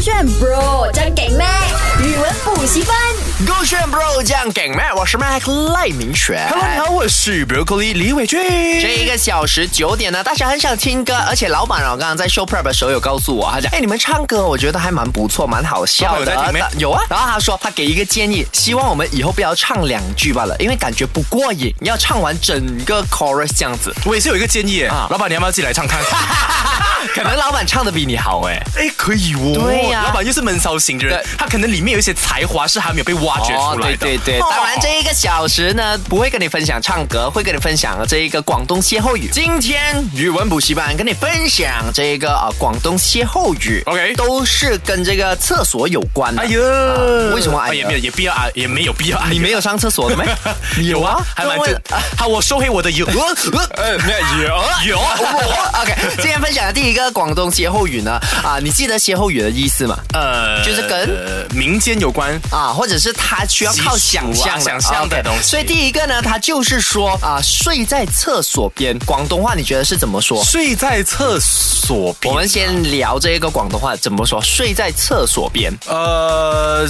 炫 Bro 真给力，语文补习班。勾选 bro 酱梗麦，我是 Mac 赖明璇。 Hello，你好，我是 Broccoli 李伟俊。这一个小时九点呢，大家很想听歌，而且老板啊，我刚刚在 show prep 的时候有告诉我，他讲，哎，你们唱歌我觉得还蛮不错，蛮好笑的。老板有在听吗有啊，然后他说他给一个建议，希望我们以后不要唱两句罢了，因为感觉不过瘾，要唱完整个 chorus 这样 子。我也是有一个建议耶，啊老板你要不要自己来唱看？可能老板唱的比你好哎、 哎，可以哦。对呀老板又是闷骚型的人对，他可能里面有一些才华是还没有被挖掘出来的。哦对对对，哦当然这一个小时呢，不会跟你分享唱歌，会跟你分享这一个广东歇后语。今天语文补习班跟你分享这个啊广东歇后语 OK 都是跟这个厕所有关的。哎呦，为什么哎呀也没有也必要啊，也没有必要啊。你没有上厕所的吗？ 有啊，还蛮正问。啊好，我收回我的 有。 呃，没有有有。啊哦 OK，今天分享的第一个广东歇后语呢，啊，你记得歇后语的意思吗？呃，就是跟呃民间有关。啊，或者是他需要靠想象习俗的、啊想象的 OK，东西所以第一个呢，他就是说啊，睡在厕所边，广东话你觉得是怎么说？睡在厕所边，我们先聊这个广东话怎么说，睡在厕所边，呃，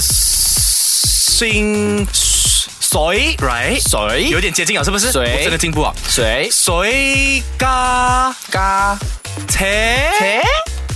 心水 right 水有点接近了，是不是？水我真的进步啊！水水加嘎车诶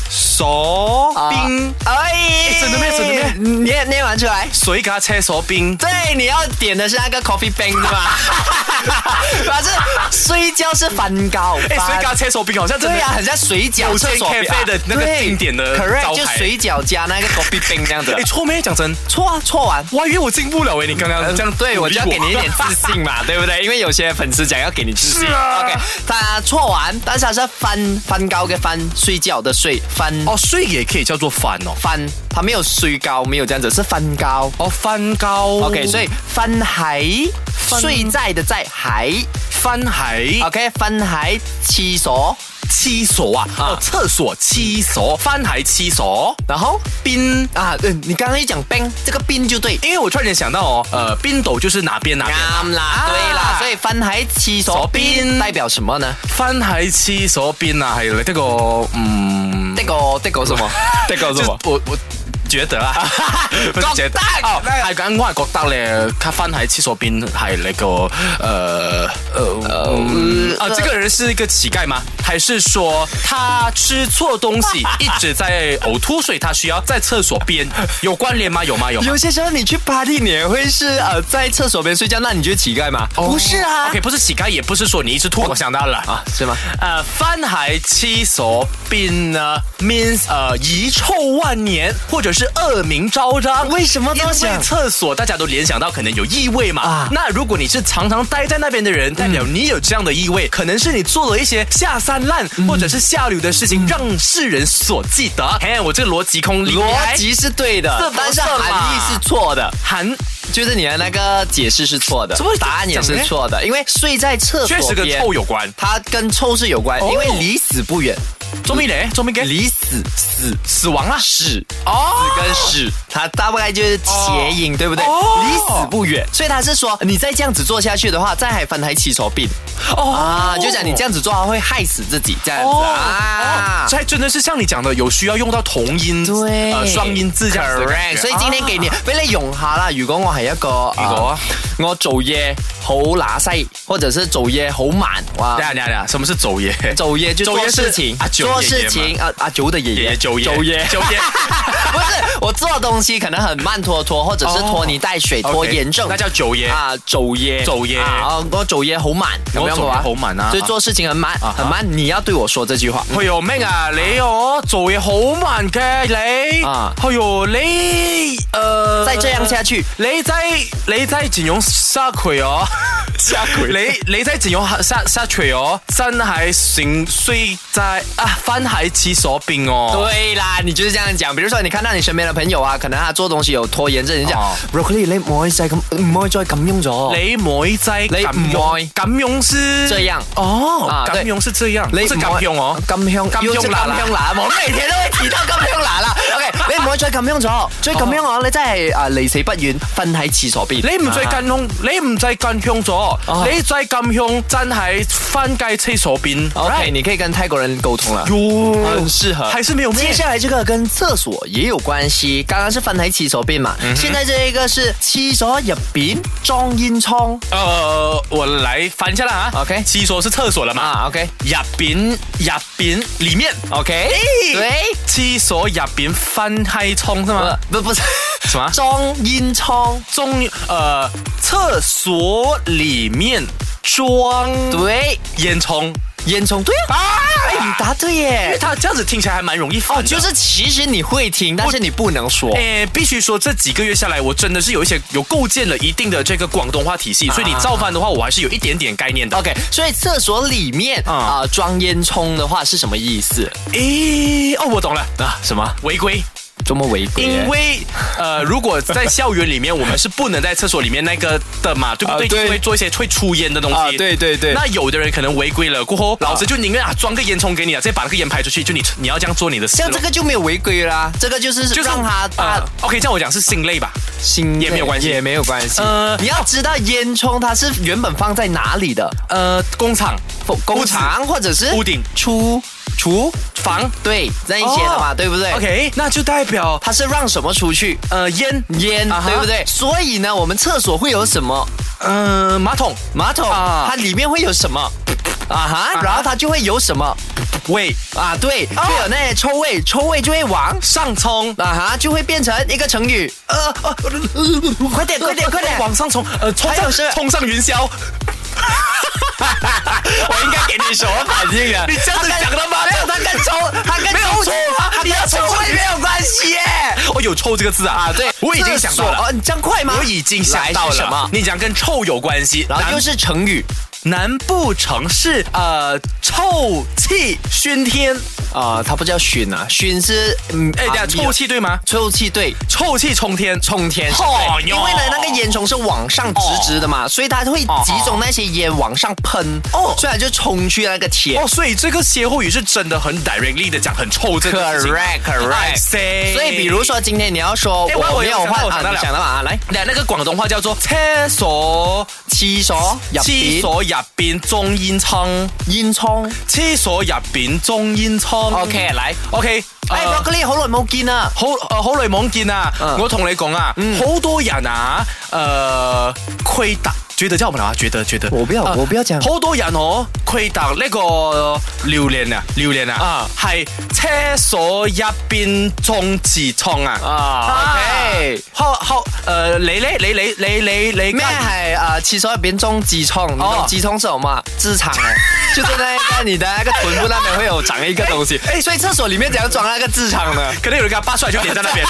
所啊冰，哎，真的咩真的咩念念完出来。水加车所冰。对，你要点的是那个 coffee bang 是吧？ 反正睡觉是翻高，哎，水加翻车所冰好像真的对呀、很像水饺有间厕所边啊 cafe 的那个对经典的招 correct，牌就水饺加那个 coffee bang 这样子 哎，。错咩？讲真，错啊，错完。我还以为我进步了哎，你刚刚这样对我就要给你一点鼓励自信 嘛，对不对？因为有些粉丝讲要给你自信。是啊 OK，他错完，但是他是翻翻高跟翻睡觉的睡翻我。哦，睡也可以叫做翻哦，翻，他没有睡高，没有这样子，是翻高。哦，翻高。 OK，所以翻海翻睡在的在海。翻海 OK，翻海厕所，厕所啊，哦，厕所厕所翻海厕所然后冰。啊，嗯，你刚刚一讲 bang，这个 bang 就对。因为我突然间想到哦，呃，冰斗就是哪边哪边啊，啱啦，对啦，所以翻海厕所所边邊代表什么呢？翻喺廁所邊啊，係呢個嗯，这个这个什 么？这个就？我我覺得 啊，不是啊覺覺得哦，係咁，我係覺得咧，他翻喺廁所邊係呢個呃呃嗯啊，這個人是一個乞丐嗎？還是說他吃錯東西，一直在嘔吐，所以他需要在廁所邊？有關聯嗎？有嗎？有嗎？有些时候你去 party，你也会是呃在厕所边睡觉，那你觉得乞丐吗？不是啊哦 OK，不是乞丐，也不是说你一直吐。我想到了啊啊，是吗？呃，翻海七所病呢，means 呃遗臭万年，或者是恶名昭彰。为什么这因么为想厕所大家都联想到可能有异味嘛。啊嗯那如果你是常常待在那边的人，代表你有这样的异味，可能是你做了一些下三滥、嗯或者是下流的事情，让世人所记得。哎，我这个逻辑控厉害逻辑是对的是，不但是是嘛含义是错的，含就是你的那个解释是错的怎么，会答案也讲是呢错的，因为睡在厕所确实跟边臭有关。它跟臭是有关，哦因为离死不远，周明磊，周明给离死死死亡啦。屎。哦死跟屎，它大概就是谐音，对不对？哦离死不远，所以他是说，你再这样子做下去的话，在海翻还起手病哦啊，就讲你这样子做，会害死自己这样子哦啊。哦，所以真的是像你讲的，有需要用到同音字对，呃双音字这样子的感啊 correct。覺所以今天給你，俾你用下啦。如果我係一個，哦如果呃我做嘢好乸西，或者是做嘢好慢，哇等一，下等一下等一下，什么是走爷？做嘢就做啊做嘢是事情阿，九做爺爺事情，啊阿九的爷爷爷，爷走爷，做嘢 走爷，不是我做东西可能很慢拖拖，或者是拖泥带水、拖哦 OK，延症，那叫走爷。啊做嘢，做嘢啊，我做嘢好慢，咁樣嘅做話嘢好慢啊所以做事情很慢，啊很慢。你要對我說這句話，哎呦，咩啊？你我做嘢好慢嘅你，啊哎呦你，呃，再這樣下去，你在你在整容沙佢 哦，沙佢，你你在整容沙沙佢哦，真系成睡在啊翻喺厕所边哦。对啦，你就是这样讲。比如说，你看到你身边的朋友啊，可能他做东西有拖延症，你讲哦 broccoli，你唔可以再咁，唔可以再咁用咗。你妹仔，你咁唔用愛咁用是這樣哦啊，咁用是這樣，你不是咁用哦。金香，金 香辣又是金香辣，我每天都会提到金香辣啦。OK，你唔可以再咁樣咗，再咁樣我你真係啊離死不遠，瞓喺廁所邊。你唔使咁凶，你唔使咁凶咗，啊哦你再咁凶真係翻街廁所邊。啊 OK，你可以跟泰國人溝通了。哟很适合，还是没有接面。下来这个跟厕所也有关系，刚刚是分喺厕所边嘛，现在这一个是厕所入边装烟囱呃，我来翻一下啦啊。 OK 厕所是厕所了嘛？啊，OK 入邊入邊里面， OK，对，啊廁所入邊分開沖是嗎？呃不不是什么装烟囱，中呃，廁所里面装对，烟囱烟囱，对啊，哎，你答对因为耶，它这样子听起来还蛮容易犯哦，的。哦就是其实你会听，但是你不能说。诶，必须说这几个月下来，我真的是有一些有构建了一定的这个广东话体系，所以你造饭的话，我还是有一点点概念的。啊 OK，所以厕所里面啊、啊装烟囱的话是什么意思？诶，哦，我懂了啊，什么？违规。这么违规耶？因为呃，如果在校园里面，我们是不能在厕所里面那个的嘛，对不对？啊对因为做一些会出烟的东西。啊对对对那有的人可能违规了，过后老师就宁愿啊装个烟囱给你啊，再把那个烟排出去，就你你要这样做你的事咯。像这个就没有违规啦，这个就是啊就是让他大呃、OK，这样我讲是心累吧？心也没有关系也没有关系。呃你要知道烟囱它是原本放在哪里的，呃，工厂工工厂或者是屋顶出厨房对那一些的嘛，哦对不对 OK，那就代表它是让什么出去？呃烟烟，啊哈对不对？所以呢，我们厕所会有什么呃马桶马桶？啊它里面会有什么？啊哈，哈然后它就会有什么喂啊？对，会有那些臭味，臭味就会往上冲。啊哈，就会变成一个成语。呃呃，呃快点快点快点！往上冲，呃，冲还有是上冲上 云霄。我应该给你什么反应 啊？你这样子讲的吗？没有，它跟臭，它跟没有臭错啊它你要跟臭臭味没有关系耶。我有臭这个字啊？啊，对，我已经想厕到所哦，了。你这样快吗？我已经想到来了是什么？你讲跟臭有关系，然后又是成语难难不成是呃臭气熏天？啊，它不叫熏啊，熏是嗯，哎，等啊下臭，气对吗你？臭气对。臭气冲天，冲天，哦对哟因为呢，那个烟囱是往上直直的嘛，所以它会集中那些烟往上喷，哦哦，所以它就冲去那个天。哦，所以这个歇后语是真的很 directly 的讲很臭这个事情。 Correct, correct. I say 所以，比如说今天你要说哎我我我没有有想到换我啊，想到你了想到嘛啊，来，那那个广东话叫做厕所厕所哦入厕边所入边中烟囱，烟囱。厕所入边中煙囱。 OK，嚟 OK，嗯哎呃，Broccoli 好耐冇見啊啦。好呃好耐冇見啊！嗯我同你講啊，好多人啊，呃，虧大，覺得叫什麼啊？覺得覺得，我不要呃我不要講好多人哦，虧大呢個榴蓮啊，榴蓮啊啊，係廁所入邊中痔瘡啊。啊，OK。好好，呃，你咧，你你你你你咩係啊？廁所入邊中痔瘡，你懂哦痔瘡是什麼？痔瘡哎，就是那個你的那個臀部那邊會有長一個東西。哎哎，哎所以廁所裡面怎樣裝那個痔瘡啊呢？可能有人给他扒出来就点在那 边。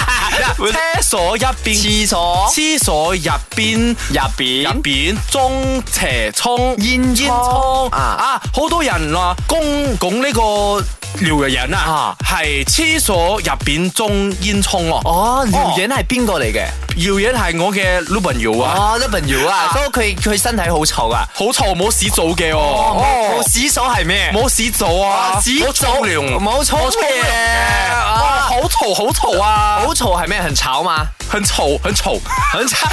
厕所入边，廁所厕所入边。入邊入边中邪冲煙煙囱囱啊，啊，好多人啊，公講呢個撩嘅人啊啊，係廁所入边中煙囱哦。哦，廖遠係邊個嚟嘅？謠言係我嘅老朋友啊，哦，日本友啊，啊所以佢佢身體好臭啊。好臭冇屎做嘅哦哦，，冇哦洗手係咩？冇屎做啊，冇沖涼，哦冇沖冇沖涼嘅，涼哇啊！好嘈好嘈啊，好嘈係咩？很吵嘛？很嘈很嘈很嘈。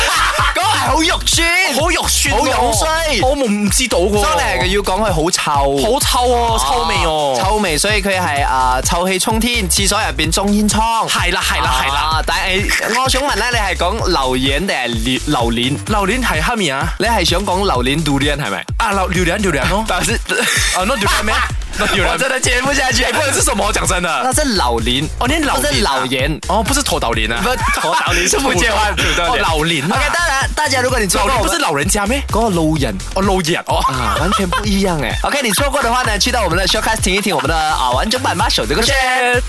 嗰係好肉酸， 好肉酸喎，好樣衰我唔知道喎，所以你係要講佢好臭。啊好臭哦，臭味哦，臭味，所以佢係啊臭氣沖天，廁所入邊中煙囱。係啦係啦係啦，啊，但係我想問咧，你係講榴蓮定係榴榴蓮？榴蓮係黑面啊，你係想講榴蓮 durian 係咪？啊榴榴蓮榴蓮哦， 但是啊那榴蓮咩？那 榴我蓮真的接不下去哎，，不能是什么，讲真的那，是榴蓮，哦你榴不是蓮啊榴蓮。哦不是头导蓮啊，不头导蓮是是不接话土豆哦哦老林 OK，啊，当然，大家如果你错老过林我不是们老人家咩？嗰個路人。哦老人哦，啊，完全不一样哎。OK，你错过的话呢，去到我们的 Showcast 听一听我们的啊完整版吧，手这个圈。